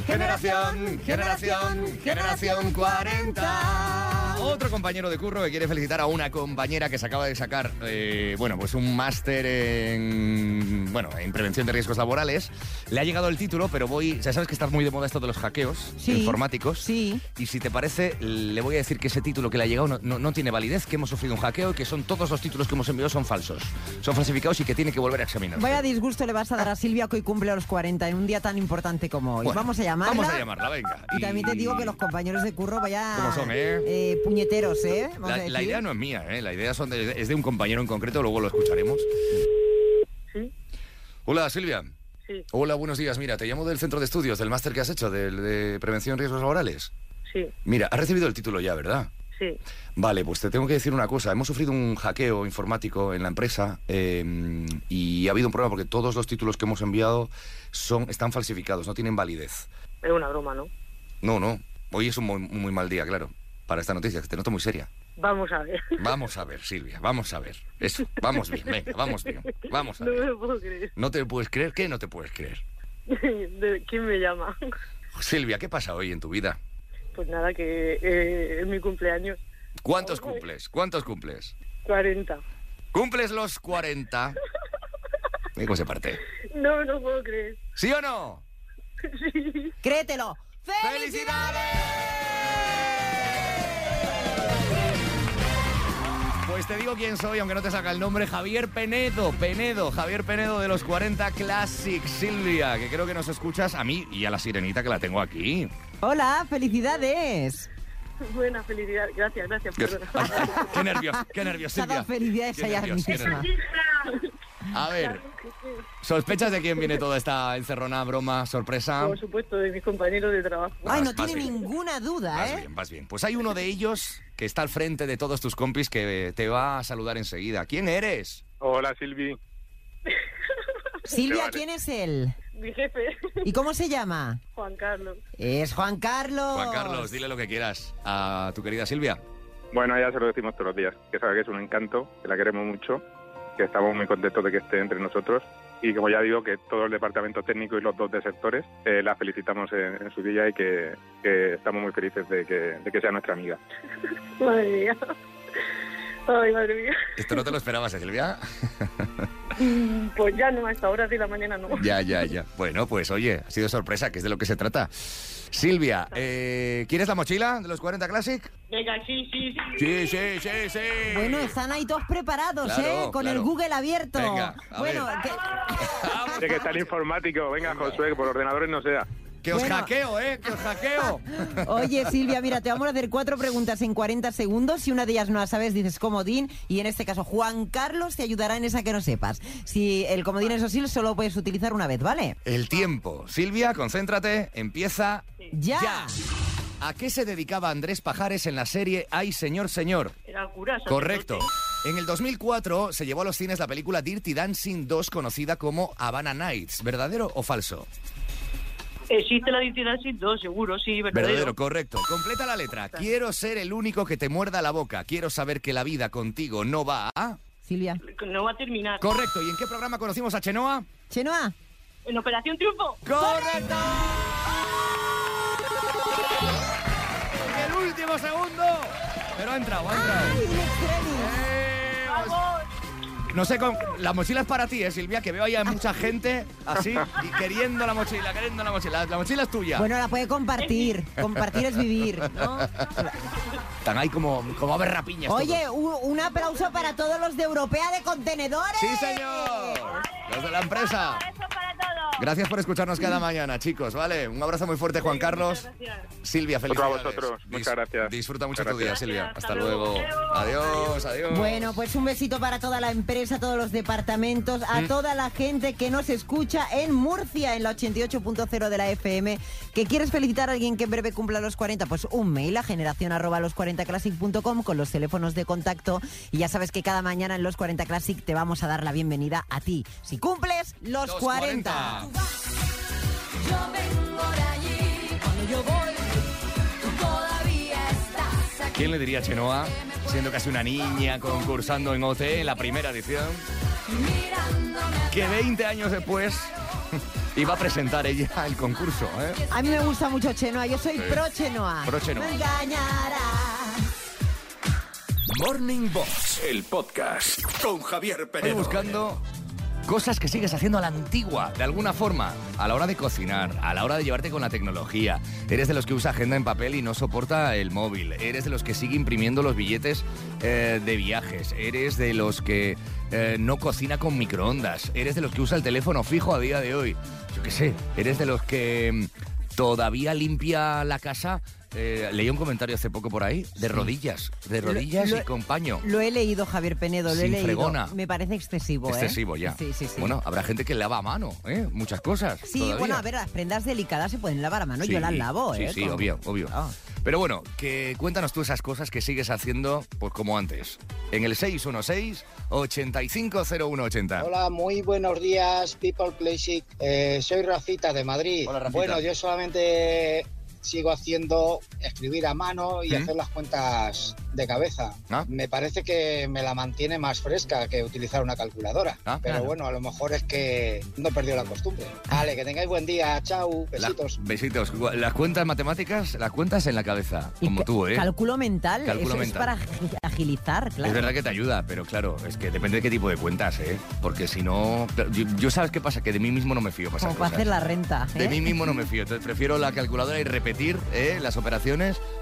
[SPEAKER 3] Generación, generación, generación 40. Otro compañero de curro que quiere felicitar a una compañera que se acaba de sacar, eh, bueno, pues un máster en, bueno, en prevención de riesgos laborales. Le ha llegado el título, pero voy, ya sabes que está muy de moda esto de los hackeos
[SPEAKER 5] Sí,
[SPEAKER 3] informáticos.
[SPEAKER 5] sí.
[SPEAKER 3] Y si te parece, le voy a decir que ese título que le ha llegado no, no- no tiene validez, que hemos sufrido un hackeo y que son todos los títulos que hemos enviado son falsos, son falsificados y que tiene que volver a examinar.
[SPEAKER 5] Vaya disgusto le vas a dar a Silvia que hoy cumple los 40 en un día tan importante como hoy.
[SPEAKER 3] Bueno,
[SPEAKER 5] vamos a llamarla.
[SPEAKER 3] Vamos a llamarla, venga.
[SPEAKER 5] Y también te digo que los compañeros de curro vaya
[SPEAKER 3] ¿Cómo son, eh?
[SPEAKER 5] puñeteros, ¿eh? Vamos a
[SPEAKER 3] La,
[SPEAKER 5] decir.
[SPEAKER 3] la idea no es mía, ¿eh? la idea son de- es de un compañero en concreto, luego lo escucharemos.
[SPEAKER 11] Sí.
[SPEAKER 3] Hola, Silvia.
[SPEAKER 11] Sí.
[SPEAKER 3] Hola, buenos días. Mira, te llamo del centro de estudios, del máster que has hecho, del de prevención de riesgos laborales.
[SPEAKER 11] Sí,
[SPEAKER 3] Mira, has recibido el título ya, ¿verdad?
[SPEAKER 11] Sí.
[SPEAKER 3] Vale, pues te tengo que decir una cosa. Hemos sufrido un hackeo informático en la empresa eh, y ha habido un problema porque todos los títulos que hemos enviado son, están falsificados, no tienen validez.
[SPEAKER 11] Es una broma, ¿no?
[SPEAKER 3] No, no. Hoy es un muy, muy mal día, claro, para esta noticia, que te noto muy seria.
[SPEAKER 11] Vamos a ver.
[SPEAKER 3] Vamos a ver, Silvia, vamos a ver. Eso, vamos bien, venga, vamos bien. Vamos a
[SPEAKER 11] No me
[SPEAKER 3] ver.
[SPEAKER 11] lo puedo creer.
[SPEAKER 3] ¿No te puedes creer? ¿Qué no te puedes creer?
[SPEAKER 11] ¿De ¿Quién me llama?
[SPEAKER 3] Silvia, ¿qué pasa hoy en tu vida?
[SPEAKER 11] Pues nada, que eh, es mi cumpleaños.
[SPEAKER 3] ¿Cuántos cumples? ¿Cuántos cumples?
[SPEAKER 11] 40.
[SPEAKER 3] ¿Cumples los 40? Mira ¿Cómo se parte?
[SPEAKER 11] No me lo puedo creer.
[SPEAKER 3] ¿Sí o no?
[SPEAKER 5] Créetelo.
[SPEAKER 3] Pues te digo quién soy, aunque no te saca el nombre, Javier Penedo, Penedo, Javier Penedo de los 40 Classic, Silvia, que creo que nos escuchas a mí y a la sirenita que la tengo aquí.
[SPEAKER 5] Hola, felicidades.
[SPEAKER 11] Buena felicidad. Gracias, gracias.
[SPEAKER 3] Qué,
[SPEAKER 11] perdona.
[SPEAKER 3] ay, qué nervios, qué nervios,
[SPEAKER 5] Se ha dado
[SPEAKER 3] Silvia.
[SPEAKER 5] felicidades
[SPEAKER 3] Qué
[SPEAKER 5] a ella
[SPEAKER 3] nervios, qué
[SPEAKER 5] misma.
[SPEAKER 3] nervios. A ver, ¿sospechas de quién viene toda esta encerrona, broma, sorpresa?
[SPEAKER 11] Por supuesto, de mis compañeros de trabajo.
[SPEAKER 5] Ay, no
[SPEAKER 3] Vas- vas
[SPEAKER 5] tiene
[SPEAKER 3] bien.
[SPEAKER 5] ninguna duda,
[SPEAKER 3] Vas
[SPEAKER 5] ¿eh?
[SPEAKER 3] bien, vas bien. Pues hay uno de ellos que está al frente de todos tus compis que eh, te va a saludar enseguida. ¿Quién eres?
[SPEAKER 12] Hola, Silvi.
[SPEAKER 5] Silvia,
[SPEAKER 12] Vale.
[SPEAKER 5] ¿quién es él?
[SPEAKER 11] Mi jefe,
[SPEAKER 5] ¿Y cómo se llama?
[SPEAKER 11] Juan Carlos.
[SPEAKER 5] Es Juan Carlos.
[SPEAKER 3] Juan Carlos, dile lo que quieras a tu querida Silvia.
[SPEAKER 12] Bueno, ya se lo decimos todos los días, que sabe que es un encanto, que la queremos mucho, que estamos muy contentos de que esté entre nosotros y como ya digo, que todo el departamento técnico y los dos de sectores eh, la felicitamos en, en su día y que, que estamos muy felices de que, de que sea nuestra amiga.
[SPEAKER 11] Madre mía. Ay, madre mía.
[SPEAKER 3] Esto no te lo esperabas, ¿eh, Silvia.
[SPEAKER 11] Mm, Pues ya no, a esta hora de la mañana no.
[SPEAKER 3] Ya, ya, ya. Bueno, pues oye, ha sido sorpresa, que es de lo que se trata. Silvia, eh, ¿quieres la mochila de los 40 Classic?
[SPEAKER 11] Venga, sí, sí, sí.
[SPEAKER 3] Sí, sí, sí, sí.
[SPEAKER 5] Bueno, están ahí todos preparados,
[SPEAKER 3] Claro,
[SPEAKER 5] ¿eh? Con
[SPEAKER 3] claro.
[SPEAKER 5] el Google abierto.
[SPEAKER 3] Venga, a
[SPEAKER 5] bueno,
[SPEAKER 3] ver.
[SPEAKER 5] que,
[SPEAKER 12] De que está el informático, venga, Josué, que por ordenadores no sea.
[SPEAKER 3] Que os
[SPEAKER 5] Bueno.
[SPEAKER 3] hackeo, ¿eh? Que os hackeo.
[SPEAKER 5] Oye, Silvia, mira, te vamos a hacer cuatro preguntas en 40 segundos. Si una de ellas no la sabes, dices comodín. Y en este caso, Juan Carlos te ayudará en esa que no sepas. Si el comodín, eso sí, solo lo puedes utilizar una vez, ¿vale?
[SPEAKER 3] El tiempo. Silvia, concéntrate, empieza
[SPEAKER 5] ¡Ya!
[SPEAKER 3] ya. ¿A qué se dedicaba Andrés Pajares en la serie Ay, señor, señor?
[SPEAKER 11] Era cura.
[SPEAKER 3] Correcto. En el 2004 se llevó a los cines la película Dirty Dancing 2, conocida como Havana Nights. ¿Verdadero o falso?
[SPEAKER 11] Existe la identidad sin dos, seguro, sí, verdadero.
[SPEAKER 3] Verdadero, correcto. Completa la letra. Quiero ser el único que te muerda la boca. Quiero saber que la vida contigo no va a...
[SPEAKER 5] Silvia.
[SPEAKER 11] No va a terminar.
[SPEAKER 3] Correcto. ¿Y en qué programa conocimos a Chenoa?
[SPEAKER 5] Chenoa.
[SPEAKER 11] En Operación Triunfo.
[SPEAKER 3] ¡Correcto! En el último segundo. Pero ha entrado, ha entrado.
[SPEAKER 5] ¡Ay, Lex Trenis!
[SPEAKER 3] Eh, No sé, con... la mochila es para ti, ¿eh, Silvia? Que veo ahí a mucha gente así y queriendo la mochila, queriendo la mochila. La mochila es tuya.
[SPEAKER 5] Bueno, la puede compartir. Compartir es vivir, ¿no?
[SPEAKER 3] Están ahí como, como aves rapiñas.
[SPEAKER 5] Oye, un, un aplauso para todos los de Europea de Contenedores.
[SPEAKER 3] todos. ¡Sí, señor!
[SPEAKER 5] ¡eh!
[SPEAKER 3] Los de la empresa. Gracias por escucharnos cada mañana, chicos, ¿vale? Un abrazo muy fuerte, Juan Carlos. Silvia,
[SPEAKER 12] Otro a
[SPEAKER 3] felicidades.
[SPEAKER 12] vosotros,
[SPEAKER 3] Dis-
[SPEAKER 12] muchas gracias.
[SPEAKER 3] Disfruta mucho
[SPEAKER 12] Muchas
[SPEAKER 3] tu día,
[SPEAKER 12] gracias.
[SPEAKER 3] Silvia. Hasta,
[SPEAKER 11] Hasta
[SPEAKER 3] luego.
[SPEAKER 11] luego.
[SPEAKER 3] Adiós, adiós.
[SPEAKER 5] Bueno, pues un besito para toda la empresa, todos los departamentos, a toda la gente que nos escucha en Murcia, en la 88.0 de la FM. ¿Que quieres felicitar a alguien que en breve cumpla los 40? Pues un mail a generación arroba los40classic.com con los teléfonos de contacto. Y ya sabes que cada mañana en Los 40 Classic te vamos a dar la bienvenida a ti. Si cumples los,
[SPEAKER 3] Los
[SPEAKER 5] 40.
[SPEAKER 3] 40.
[SPEAKER 4] Yo vengo de allí, cuando yo voy, tú todavía estás aquí.
[SPEAKER 3] ¿Quién le diría a Chenoa, siendo casi una niña, concursando en OT en la primera edición,
[SPEAKER 4] Mirándome
[SPEAKER 3] que 20 años después iba a presentar ella el concurso? ¿eh?
[SPEAKER 5] A mí me gusta mucho Chenoa, yo soy pro Chenoa.
[SPEAKER 3] Pro Chenoa.
[SPEAKER 5] No engañarás.
[SPEAKER 1] Morning Box, el podcast con Javier
[SPEAKER 3] Estoy
[SPEAKER 1] Penedo.
[SPEAKER 3] buscando cosas que sigues haciendo a la antigua, de alguna forma, a la hora de cocinar, a la hora de llevarte con la tecnología. Eres de los que usa agenda en papel y no soporta el móvil. Eres de los que sigue imprimiendo los billetes eh, de viajes. Eres de los que eh, no cocina con microondas. Eres de los que usa el teléfono fijo a día de hoy. Yo qué sé. Eres de los que mm, todavía limpia la casa eh, leí un comentario hace poco por ahí, de rodillas, de
[SPEAKER 5] Lo-
[SPEAKER 3] rodillas
[SPEAKER 5] lo-
[SPEAKER 3] y con paño.
[SPEAKER 5] Lo he leído, Javier Penedo, lo he
[SPEAKER 3] Sin
[SPEAKER 5] leído.
[SPEAKER 3] fregona.
[SPEAKER 5] Me parece excesivo, ¿eh?
[SPEAKER 3] Excesivo ya.
[SPEAKER 5] Sí, sí, sí.
[SPEAKER 3] Bueno, habrá gente que lava a mano, ¿eh? Muchas cosas.
[SPEAKER 5] Sí,
[SPEAKER 3] todavía.
[SPEAKER 5] bueno, a ver, las prendas delicadas se pueden lavar a mano,
[SPEAKER 3] Sí,
[SPEAKER 5] yo las lavo,
[SPEAKER 3] sí,
[SPEAKER 5] ¿eh?
[SPEAKER 3] Sí,
[SPEAKER 5] Con-
[SPEAKER 3] obvio, obvio. Pero bueno, que cuéntanos tú esas cosas que sigues haciendo, pues como antes. En el 616-850180.
[SPEAKER 13] Hola, muy buenos días, People Classic. Eh, soy Rafita de Madrid.
[SPEAKER 3] Rafita.
[SPEAKER 13] Bueno, yo solamente sigo haciendo escribir a mano y
[SPEAKER 3] ¿Mm?
[SPEAKER 13] hacer las cuentas de cabeza.
[SPEAKER 14] ¿Ah?
[SPEAKER 13] Me parece que me la mantiene más fresca que utilizar una calculadora.
[SPEAKER 3] Ah,
[SPEAKER 13] Pero
[SPEAKER 3] claro.
[SPEAKER 13] bueno, a lo mejor es que no he perdido la costumbre.
[SPEAKER 14] Ah.
[SPEAKER 13] Vale, que tengáis buen día. Chao,
[SPEAKER 3] La-
[SPEAKER 13] besitos.
[SPEAKER 3] besitos. Las cuentas matemáticas, las cuentas en la cabeza, como tú, ¿eh?
[SPEAKER 5] Cálculo mental,
[SPEAKER 3] Cálculo
[SPEAKER 5] eso
[SPEAKER 3] mental.
[SPEAKER 5] es para agi- agilizar, claro.
[SPEAKER 3] Es verdad que te ayuda, pero claro, es que depende de qué tipo de cuentas, ¿eh? Porque si no... claro, Yo, yo sabes qué pasa, que de mí mismo no me fío. para esas
[SPEAKER 5] Como para
[SPEAKER 3] cosas.
[SPEAKER 5] hacer la renta.
[SPEAKER 3] De
[SPEAKER 5] ¿eh?
[SPEAKER 3] mí mismo no me fío, entonces prefiero la calculadora y repetir ¿eh? las operaciones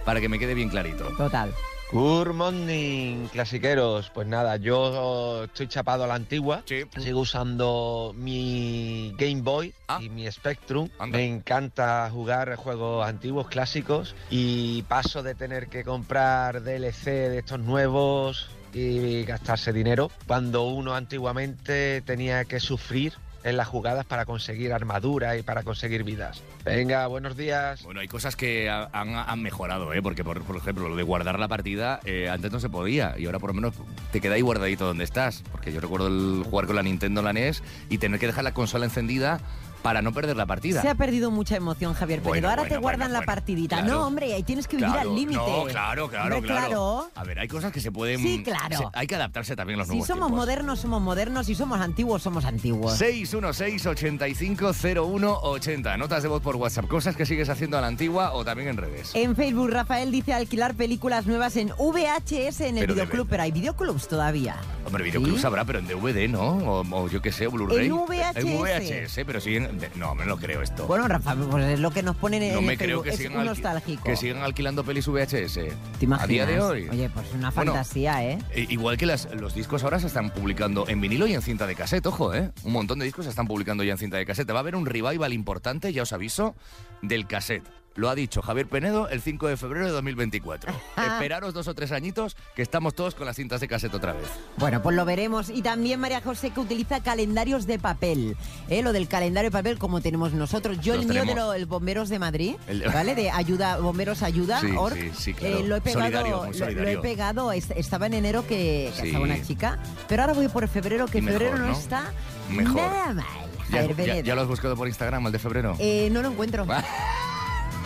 [SPEAKER 3] para que me quede bien clarito.
[SPEAKER 5] Total.
[SPEAKER 14] Good morning, clasiqueros. Pues nada, yo estoy chapado a la antigua. Sigo usando mi Game Boy
[SPEAKER 13] Ah.
[SPEAKER 14] y mi Spectrum. Me encanta jugar a juegos antiguos, clásicos. Y paso de tener que comprar DLC de estos nuevos y gastarse dinero. Cuando uno antiguamente tenía que sufrir en las jugadas para conseguir armaduras y para conseguir vidas. Venga, buenos días.
[SPEAKER 3] Bueno, hay cosas que ha- han, han mejorado, ¿eh? Porque, por, por ejemplo, lo de guardar la partida eh, antes no se podía y ahora por lo menos te queda ahí guardadito donde estás. Porque yo recuerdo el jugar con la Nintendo, la NES y tener que dejar la consola encendida para no perder la partida.
[SPEAKER 5] Se ha perdido mucha emoción, Javier Penedo.
[SPEAKER 3] Bueno,
[SPEAKER 5] Ahora
[SPEAKER 3] bueno,
[SPEAKER 5] te guardan la partidita.
[SPEAKER 3] claro.
[SPEAKER 5] No, hombre, ahí tienes que vivir
[SPEAKER 3] Claro,
[SPEAKER 5] al límite.
[SPEAKER 3] No, claro, claro,
[SPEAKER 5] Hombre,
[SPEAKER 3] claro,
[SPEAKER 5] claro.
[SPEAKER 3] A ver, hay cosas que se pueden...
[SPEAKER 5] Sí, claro.
[SPEAKER 3] se- hay que adaptarse también a los
[SPEAKER 5] Si
[SPEAKER 3] nuevos
[SPEAKER 5] somos
[SPEAKER 3] tiempos.
[SPEAKER 5] modernos, somos modernos. Si somos antiguos, somos antiguos.
[SPEAKER 3] 616-850180. Notas de voz por WhatsApp. Cosas que sigues haciendo a la antigua o también en redes.
[SPEAKER 5] En Facebook, Rafael dice alquilar películas nuevas en VHS en el
[SPEAKER 3] Pero de
[SPEAKER 5] videoclub, pero hay videoclubs todavía.
[SPEAKER 3] Hombre, videoclub sabrá, pero en DVD, ¿no? O, o yo qué sé, o Blu-ray.
[SPEAKER 5] En VHS.
[SPEAKER 3] En VHS, pero sí en... de- No, me lo creo esto.
[SPEAKER 5] Bueno, Rafa, pues es lo que nos ponen en
[SPEAKER 3] no
[SPEAKER 5] el
[SPEAKER 3] me creo
[SPEAKER 5] Facebook.
[SPEAKER 3] que
[SPEAKER 5] es
[SPEAKER 3] sigan,
[SPEAKER 5] un
[SPEAKER 3] alqui-
[SPEAKER 5] nostálgico.
[SPEAKER 3] que sigan alquilando pelis VHS.
[SPEAKER 5] ¿Te
[SPEAKER 3] A día de
[SPEAKER 5] imaginas?
[SPEAKER 3] hoy.
[SPEAKER 5] Oye, pues una
[SPEAKER 3] Bueno,
[SPEAKER 5] fantasía, ¿eh?
[SPEAKER 3] I- Igual que las- los discos ahora se están publicando en vinilo y en cinta de cassette, ojo, ¿eh? Un montón de discos se están publicando ya en cinta de cassette. Va a haber un revival importante, ya os aviso, del cassette. Lo ha dicho Javier Penedo el 5 de febrero de 2024. Esperaros dos o tres añitos que estamos todos con las cintas de cassette otra vez.
[SPEAKER 5] Bueno, pues lo veremos. Y también María José que utiliza calendarios de papel. ¿eh? Lo del calendario de papel como tenemos nosotros. Yo
[SPEAKER 3] Los
[SPEAKER 5] el mío de
[SPEAKER 3] tenemos.
[SPEAKER 5] los Bomberos de Madrid,
[SPEAKER 3] El-
[SPEAKER 5] ¿vale? De ayuda, Bomberos Ayuda.
[SPEAKER 3] Sí,
[SPEAKER 5] org. Eh,
[SPEAKER 3] sí, sí, claro.
[SPEAKER 5] lo he pegado,
[SPEAKER 3] Solidario, muy
[SPEAKER 5] lo- Lo, he
[SPEAKER 3] solidario.
[SPEAKER 5] pegado, es- estaba en enero que, que
[SPEAKER 3] Sí.
[SPEAKER 5] estaba una chica, pero ahora voy por febrero, que
[SPEAKER 3] Y mejor,
[SPEAKER 5] febrero no,
[SPEAKER 3] ¿no?
[SPEAKER 5] está
[SPEAKER 3] Mejor.
[SPEAKER 5] nada mal.
[SPEAKER 3] Ya,
[SPEAKER 5] Javier
[SPEAKER 3] ya-
[SPEAKER 5] Beneda.
[SPEAKER 3] ya lo Ah. has buscado por Instagram, el de febrero.
[SPEAKER 5] Eh, no lo encuentro.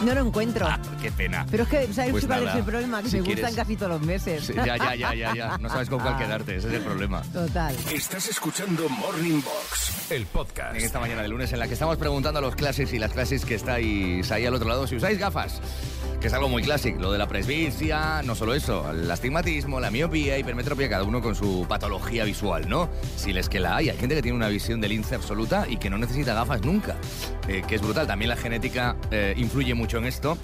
[SPEAKER 5] No lo encuentro.
[SPEAKER 3] Qué pena.
[SPEAKER 5] Pero es que, ¿sabes
[SPEAKER 3] Pues
[SPEAKER 5] cuál es
[SPEAKER 3] nada,
[SPEAKER 5] el problema? Que
[SPEAKER 3] si
[SPEAKER 5] me
[SPEAKER 3] quieres-
[SPEAKER 5] gustan casi Ah. todos los meses.
[SPEAKER 3] Sí, ya, ya, ya, ya, ya. No sabes con cuál quedarte, ese es el problema.
[SPEAKER 5] Total.
[SPEAKER 1] Estás escuchando Morning Box, el podcast.
[SPEAKER 3] En esta mañana de lunes en la que estamos preguntando a los clases y las clases que estáis ahí al otro lado si usáis gafas, que es algo muy clásico, lo de la presbicia, no solo eso, el astigmatismo, la miopía, hipermetropía, cada uno con su patología visual, ¿no? Si les que la hay, hay gente que tiene una visión de lince absoluta y que no necesita gafas nunca, eh, que es brutal, también la genética eh, influye mucho en esto.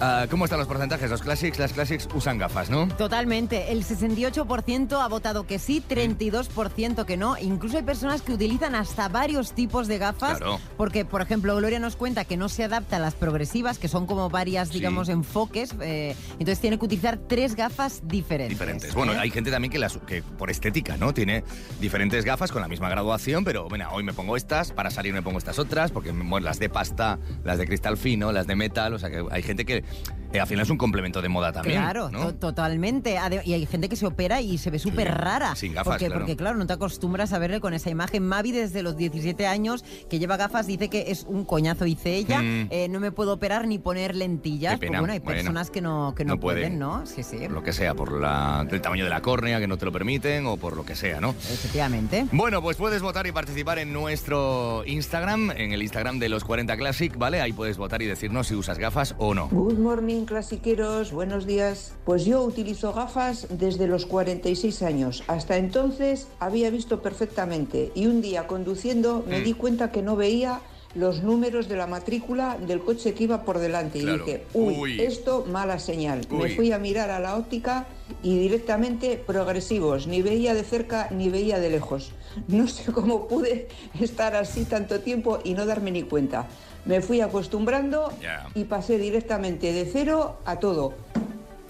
[SPEAKER 3] Ah, ¿Cómo están los porcentajes? Los classics, las classics usan gafas, ¿no?
[SPEAKER 5] Totalmente. El 68% ha votado que sí, 32% que no. Incluso hay personas que utilizan hasta varios tipos de gafas.
[SPEAKER 3] Claro.
[SPEAKER 5] Porque, por ejemplo, Gloria nos cuenta que no se adapta a las progresivas, que son como varias, digamos, enfoques. eh, entonces tiene que utilizar tres gafas diferentes.
[SPEAKER 3] diferentes.
[SPEAKER 5] ¿eh?
[SPEAKER 3] Bueno, hay gente también que, las, que por estética, ¿no? Tiene diferentes gafas con la misma graduación, pero bueno, hoy me pongo estas, para salir me pongo estas otras, porque bueno, las de pasta, las de cristal fino, las de metal, o sea que hay gente que eh, al final es un complemento de moda también.
[SPEAKER 5] Claro,
[SPEAKER 3] ¿no?
[SPEAKER 5] to- totalmente. Ade- Y hay gente que se opera y se ve súper rara.
[SPEAKER 3] sin gafas,
[SPEAKER 5] porque,
[SPEAKER 3] claro.
[SPEAKER 5] porque, claro, no te acostumbras a verle con esa imagen. Mavi, desde los 17 años, que lleva gafas, dice que es un coñazo, dice ella.
[SPEAKER 3] Mm.
[SPEAKER 5] Eh, no me puedo operar ni poner lentillas.
[SPEAKER 3] Qué pena.
[SPEAKER 5] Pues bueno, hay
[SPEAKER 3] Bueno,
[SPEAKER 5] personas que no, que no,
[SPEAKER 3] no pueden.
[SPEAKER 5] pueden, ¿no? Sí, sí,
[SPEAKER 3] Por lo que sea, por la, el tamaño de la córnea que no te lo permiten o por lo que sea, ¿no?
[SPEAKER 5] efectivamente.
[SPEAKER 3] Bueno, pues puedes votar y participar en nuestro Instagram, en el Instagram de los 40 Classic, ¿vale? Ahí puedes votar y decirnos si usas gafas o no.
[SPEAKER 7] Good morning, clasiqueros, buenos días. Pues yo utilizo gafas desde los 46 años. Hasta entonces había visto perfectamente y un día conduciendo me
[SPEAKER 3] Mm.
[SPEAKER 7] di cuenta que no veía los números de la matrícula del coche que iba por delante. Y
[SPEAKER 4] Claro.
[SPEAKER 7] dije, uy,
[SPEAKER 4] Uy.
[SPEAKER 7] esto mala señal. Me
[SPEAKER 4] Uy.
[SPEAKER 7] fui a mirar a la óptica y directamente progresivos. Ni veía de cerca ni veía de lejos. No sé cómo pude estar así tanto tiempo y no darme ni cuenta. Me fui acostumbrando
[SPEAKER 3] Ya.
[SPEAKER 7] y pasé directamente de cero a todo.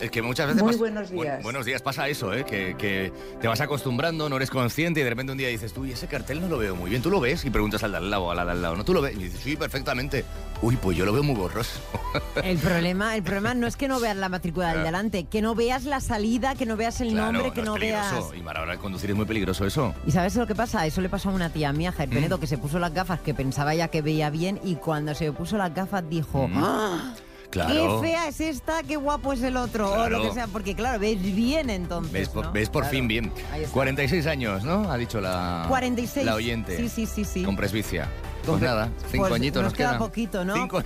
[SPEAKER 3] Es que muchas veces...
[SPEAKER 7] Muy
[SPEAKER 3] pas-
[SPEAKER 7] buenos
[SPEAKER 3] buen-
[SPEAKER 7] días.
[SPEAKER 3] buenos días, pasa eso, ¿eh? Que, que te vas acostumbrando, no eres consciente y de repente un día dices, tú, y ese cartel no lo veo muy bien. Tú lo ves y preguntas al de al lado, al de al lado, ¿no? Tú lo ves y dices, sí, perfectamente. Uy, pues yo lo veo muy borroso.
[SPEAKER 5] El problema, el problema no es que no veas la matrícula del
[SPEAKER 3] Claro.
[SPEAKER 5] delante, que no veas la salida, que no veas el
[SPEAKER 3] Claro,
[SPEAKER 5] nombre, que
[SPEAKER 3] es
[SPEAKER 5] no, veas.
[SPEAKER 3] peligroso. Y para ahora el conducir es muy peligroso eso.
[SPEAKER 5] ¿Y sabes lo que pasa? Eso le pasó a una tía mía, Jair
[SPEAKER 3] Mm.
[SPEAKER 5] Penedo, que se puso las gafas que pensaba ya que veía bien y cuando se puso las gafas dijo,
[SPEAKER 3] Mm.
[SPEAKER 5] "¡Ah!
[SPEAKER 3] Claro.
[SPEAKER 5] ¡Qué fea es esta! ¡Qué guapo es el otro! O lo
[SPEAKER 3] Claro.
[SPEAKER 5] que sea, porque claro, ves bien entonces.
[SPEAKER 3] ¿Ves por,
[SPEAKER 5] ¿no?
[SPEAKER 3] ves por
[SPEAKER 5] Claro.
[SPEAKER 3] fin bien?
[SPEAKER 5] Ahí está.
[SPEAKER 3] 46 años, ¿no? Ha dicho la,
[SPEAKER 5] 46.
[SPEAKER 3] la oyente.
[SPEAKER 5] Sí, sí, sí, sí.
[SPEAKER 3] Con presbicia. Pues nada, cinco
[SPEAKER 5] Pues
[SPEAKER 3] añitos nos,
[SPEAKER 5] queda
[SPEAKER 3] quedan.
[SPEAKER 5] poquito, ¿no?
[SPEAKER 3] Cinco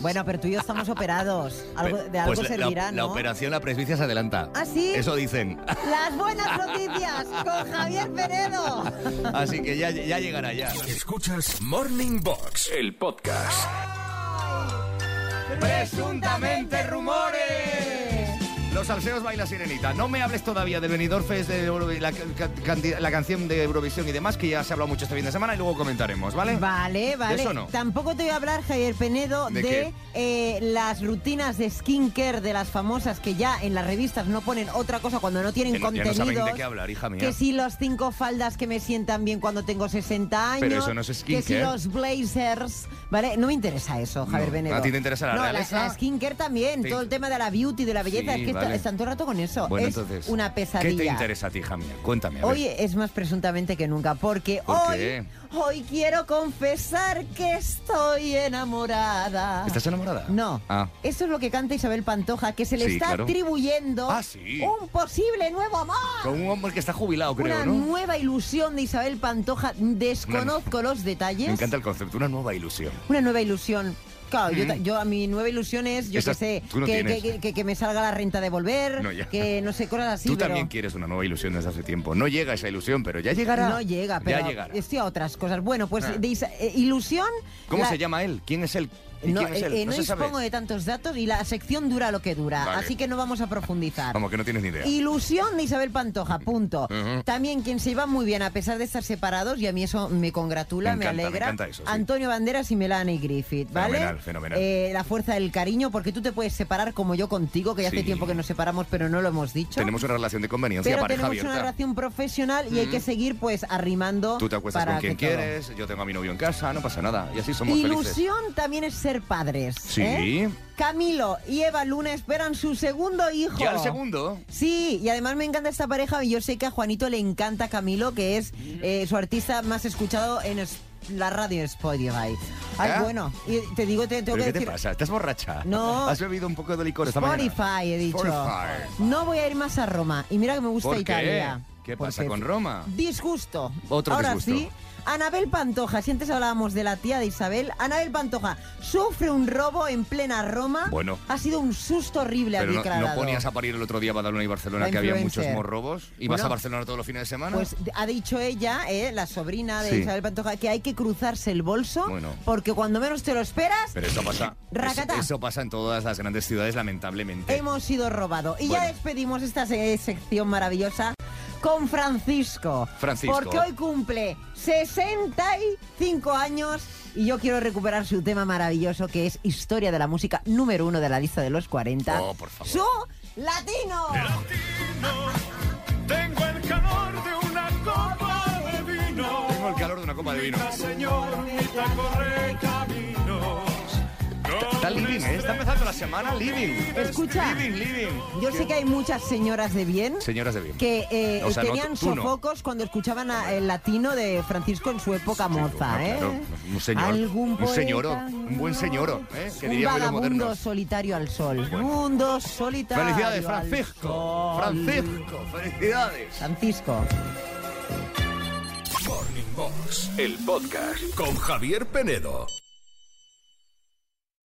[SPEAKER 5] Bueno, pero tú y yo estamos operados. Algo- de
[SPEAKER 3] Pues
[SPEAKER 5] algo
[SPEAKER 3] la-
[SPEAKER 5] servirá,
[SPEAKER 3] la,
[SPEAKER 5] ¿no?
[SPEAKER 3] la operación, la presbicia se adelanta.
[SPEAKER 5] ¿Ah, sí?
[SPEAKER 3] Eso dicen.
[SPEAKER 5] Las buenas noticias con Javier Penedo.
[SPEAKER 3] Así que ya, ya llegará, ya.
[SPEAKER 1] Escuchas Morning Box, el podcast.
[SPEAKER 3] Presuntamente rumores. Los salseos baila sirenita. No me hables todavía del Benidorm Fest, de Euro- la, ca- cantidad- la canción de Eurovisión y demás, que ya se ha hablado mucho este fin de semana y luego comentaremos, ¿vale?
[SPEAKER 5] Vale, vale.
[SPEAKER 3] eso no?
[SPEAKER 5] Tampoco te voy a hablar, Javier Penedo,
[SPEAKER 3] ¿De
[SPEAKER 5] de,
[SPEAKER 3] qué?
[SPEAKER 5] eh, las rutinas de skincare de las famosas que ya en las revistas no ponen otra cosa cuando no tienen
[SPEAKER 3] Que no- ya no
[SPEAKER 5] contenidos.
[SPEAKER 3] saben de qué hablar, hija mía.
[SPEAKER 5] Que si los cinco faldas que me sientan bien cuando tengo 60 años.
[SPEAKER 3] Pero eso no es
[SPEAKER 5] Que si
[SPEAKER 3] skincare.
[SPEAKER 5] los blazers. ¿Vale? No me interesa eso, Javier
[SPEAKER 3] No,
[SPEAKER 5] Penedo.
[SPEAKER 3] ¿a ti te interesa la
[SPEAKER 5] No,
[SPEAKER 3] realeza?
[SPEAKER 5] la skincare también.
[SPEAKER 3] Sí.
[SPEAKER 5] Todo el tema de la beauty, de la belleza.
[SPEAKER 3] Sí,
[SPEAKER 5] es que
[SPEAKER 3] vale.
[SPEAKER 5] está- están todo el rato con eso.
[SPEAKER 3] Bueno,
[SPEAKER 5] es
[SPEAKER 3] entonces.
[SPEAKER 5] una
[SPEAKER 3] ¿Qué
[SPEAKER 5] pesadilla.
[SPEAKER 3] te interesa a ti, hija mía? Cuéntame. a ver.
[SPEAKER 5] Hoy es más presuntamente que nunca, porque
[SPEAKER 3] ¿Por
[SPEAKER 5] hoy,
[SPEAKER 3] qué?
[SPEAKER 5] hoy quiero confesar que estoy enamorada.
[SPEAKER 3] ¿Estás enamorada?
[SPEAKER 5] ah, No.
[SPEAKER 3] Ah.
[SPEAKER 5] Eso es lo que canta Isabel Pantoja, que se le
[SPEAKER 3] Sí,
[SPEAKER 5] está
[SPEAKER 3] claro.
[SPEAKER 5] atribuyendo
[SPEAKER 3] Ah, sí.
[SPEAKER 5] un posible nuevo amor.
[SPEAKER 3] Con un hombre que está jubilado, creo,
[SPEAKER 5] Una
[SPEAKER 3] ¿no?
[SPEAKER 5] nueva ilusión de Isabel Pantoja. Desconozco los detalles.
[SPEAKER 3] Me encanta el concepto, una nueva ilusión.
[SPEAKER 5] Una nueva ilusión. Claro, yo,
[SPEAKER 3] Mm.
[SPEAKER 5] ta- yo a mi nueva ilusión es, yo qué
[SPEAKER 3] Esas
[SPEAKER 5] sé,
[SPEAKER 3] tú no
[SPEAKER 5] que,
[SPEAKER 3] tienes.
[SPEAKER 5] que- que- que me salga la renta de volver,
[SPEAKER 3] No, ya.
[SPEAKER 5] que no sé, cosas así.
[SPEAKER 3] Tú
[SPEAKER 5] pero-
[SPEAKER 3] también quieres una nueva ilusión desde hace tiempo. No llega esa ilusión, pero ya llegará.
[SPEAKER 5] No llega, pero
[SPEAKER 3] Ya llegará.
[SPEAKER 5] estoy a otras cosas. Bueno, pues
[SPEAKER 3] Ah.
[SPEAKER 5] de Isa- eh, ilusión.
[SPEAKER 3] ¿Cómo
[SPEAKER 5] la-
[SPEAKER 3] se llama él? ¿Quién es él? ¿Y
[SPEAKER 5] No,
[SPEAKER 3] quién es
[SPEAKER 5] eh,
[SPEAKER 3] él?
[SPEAKER 5] eh, no
[SPEAKER 3] se sabe.
[SPEAKER 5] dispongo de tantos datos y la sección dura lo que dura,
[SPEAKER 3] Vale.
[SPEAKER 5] así que no vamos a profundizar.
[SPEAKER 3] Vamos, que no tienes ni idea.
[SPEAKER 5] Ilusión de Isabel Pantoja, punto.
[SPEAKER 3] Ujú.
[SPEAKER 5] También quien se iba muy bien a pesar de estar separados, y a mí eso me congratula,
[SPEAKER 3] Me
[SPEAKER 5] me,
[SPEAKER 3] encanta, me
[SPEAKER 5] alegra.
[SPEAKER 3] encanta eso, sí.
[SPEAKER 5] Antonio Banderas y Melanie Griffith, ¿vale?
[SPEAKER 3] Fenomenal, fenomenal.
[SPEAKER 5] Eh, la fuerza del cariño, porque tú te puedes separar como yo contigo, que ya hace
[SPEAKER 3] Sí.
[SPEAKER 5] tiempo que nos separamos, pero no lo hemos dicho.
[SPEAKER 3] Tenemos una relación de conveniencia,
[SPEAKER 5] pero
[SPEAKER 3] pareja
[SPEAKER 5] tenemos
[SPEAKER 3] abierta.
[SPEAKER 5] una relación profesional y hay
[SPEAKER 3] Mm.
[SPEAKER 5] que seguir pues arrimando.
[SPEAKER 3] Tú te acuestas
[SPEAKER 5] para
[SPEAKER 3] con quien
[SPEAKER 5] que todo.
[SPEAKER 3] quieres, yo tengo a mi novio en casa, no pasa nada. Y así somos felices.
[SPEAKER 5] Ilusión también es ser padres.
[SPEAKER 3] Sí.
[SPEAKER 5] ¿eh? Camilo y Eva Luna esperan su segundo hijo.
[SPEAKER 3] Ya el segundo.
[SPEAKER 5] Sí, y además me encanta esta pareja y yo sé que a Juanito le encanta Camilo, que es eh, su artista más escuchado en es- la radio Spotify. Ay,
[SPEAKER 3] ¿Ah?
[SPEAKER 5] bueno, y te digo, te tengo
[SPEAKER 3] ¿Pero
[SPEAKER 5] que
[SPEAKER 3] qué te
[SPEAKER 5] decir...
[SPEAKER 3] pasa? ¿Estás borracha?
[SPEAKER 5] No.
[SPEAKER 3] ¿Has bebido un poco de licor esta mañana?
[SPEAKER 5] Spotify, he dicho.
[SPEAKER 3] Spotify.
[SPEAKER 5] No voy a ir más a Roma. Y mira que me gusta
[SPEAKER 3] ¿Por qué?
[SPEAKER 5] Italia.
[SPEAKER 3] ¿Qué pasa con Roma?
[SPEAKER 5] Disgusto.
[SPEAKER 3] Otro
[SPEAKER 5] Ahora
[SPEAKER 3] disgusto.
[SPEAKER 5] sí, Anabel Pantoja, si antes hablábamos de la tía de Isabel, Anabel Pantoja sufre un robo en plena Roma.
[SPEAKER 3] Bueno.
[SPEAKER 5] Ha sido un susto horrible
[SPEAKER 3] Pero
[SPEAKER 5] al
[SPEAKER 3] no,
[SPEAKER 5] declarado.
[SPEAKER 3] no ponías a parir el otro día Badalona y Barcelona,
[SPEAKER 5] La
[SPEAKER 3] que había muchos
[SPEAKER 5] influencer.
[SPEAKER 3] morrobos. ¿Y vas
[SPEAKER 5] Bueno.
[SPEAKER 3] a Barcelona todos los fines de semana?
[SPEAKER 5] Pues ha dicho ella, eh, la sobrina de
[SPEAKER 3] Sí.
[SPEAKER 5] Isabel Pantoja, que hay que cruzarse el bolso
[SPEAKER 3] Bueno.
[SPEAKER 5] porque cuando menos te lo esperas,
[SPEAKER 3] Pero eso pasa.
[SPEAKER 5] Racata.
[SPEAKER 3] Eso, eso pasa en todas las grandes ciudades, lamentablemente.
[SPEAKER 5] hemos sido robados. Y ya
[SPEAKER 3] Bueno.
[SPEAKER 5] despedimos esta se- sección maravillosa con Francisco.
[SPEAKER 3] Francisco.
[SPEAKER 5] Porque hoy cumple 65 años y yo quiero recuperar su tema maravilloso que es Historia de la Música número uno de la lista de los 40.
[SPEAKER 4] Oh, por favor.
[SPEAKER 5] Su latino.
[SPEAKER 4] Tengo el calor de una copa de vino.
[SPEAKER 3] Tengo el calor de una copa de vino.
[SPEAKER 4] Señor, mientras corre caminos.
[SPEAKER 3] Está living, ¿eh? Está empezando la semana living.
[SPEAKER 5] Escucha.
[SPEAKER 3] Living, living.
[SPEAKER 5] Yo sé que hay muchas señoras de bien
[SPEAKER 3] Señoras de bien.
[SPEAKER 5] que eh,
[SPEAKER 3] O sea, no,
[SPEAKER 5] tenían
[SPEAKER 3] tú no.
[SPEAKER 5] sofocos cuando escuchaban a- el latino de Francisco en su época moza,
[SPEAKER 3] No,
[SPEAKER 5] ¿eh?
[SPEAKER 3] claro, un señor.
[SPEAKER 5] Algún
[SPEAKER 3] un
[SPEAKER 5] poeta,
[SPEAKER 3] señoro. Un buen señoro, ¿eh? Que
[SPEAKER 5] Un
[SPEAKER 3] diríamos los
[SPEAKER 5] vagabundo
[SPEAKER 3] modernos.
[SPEAKER 5] solitario al sol. Mundo solitario.
[SPEAKER 3] Felicidades,
[SPEAKER 5] al
[SPEAKER 3] Francisco.
[SPEAKER 5] sol.
[SPEAKER 3] Francisco, felicidades.
[SPEAKER 5] Francisco.
[SPEAKER 1] Morning Box, el podcast con Javier Penedo.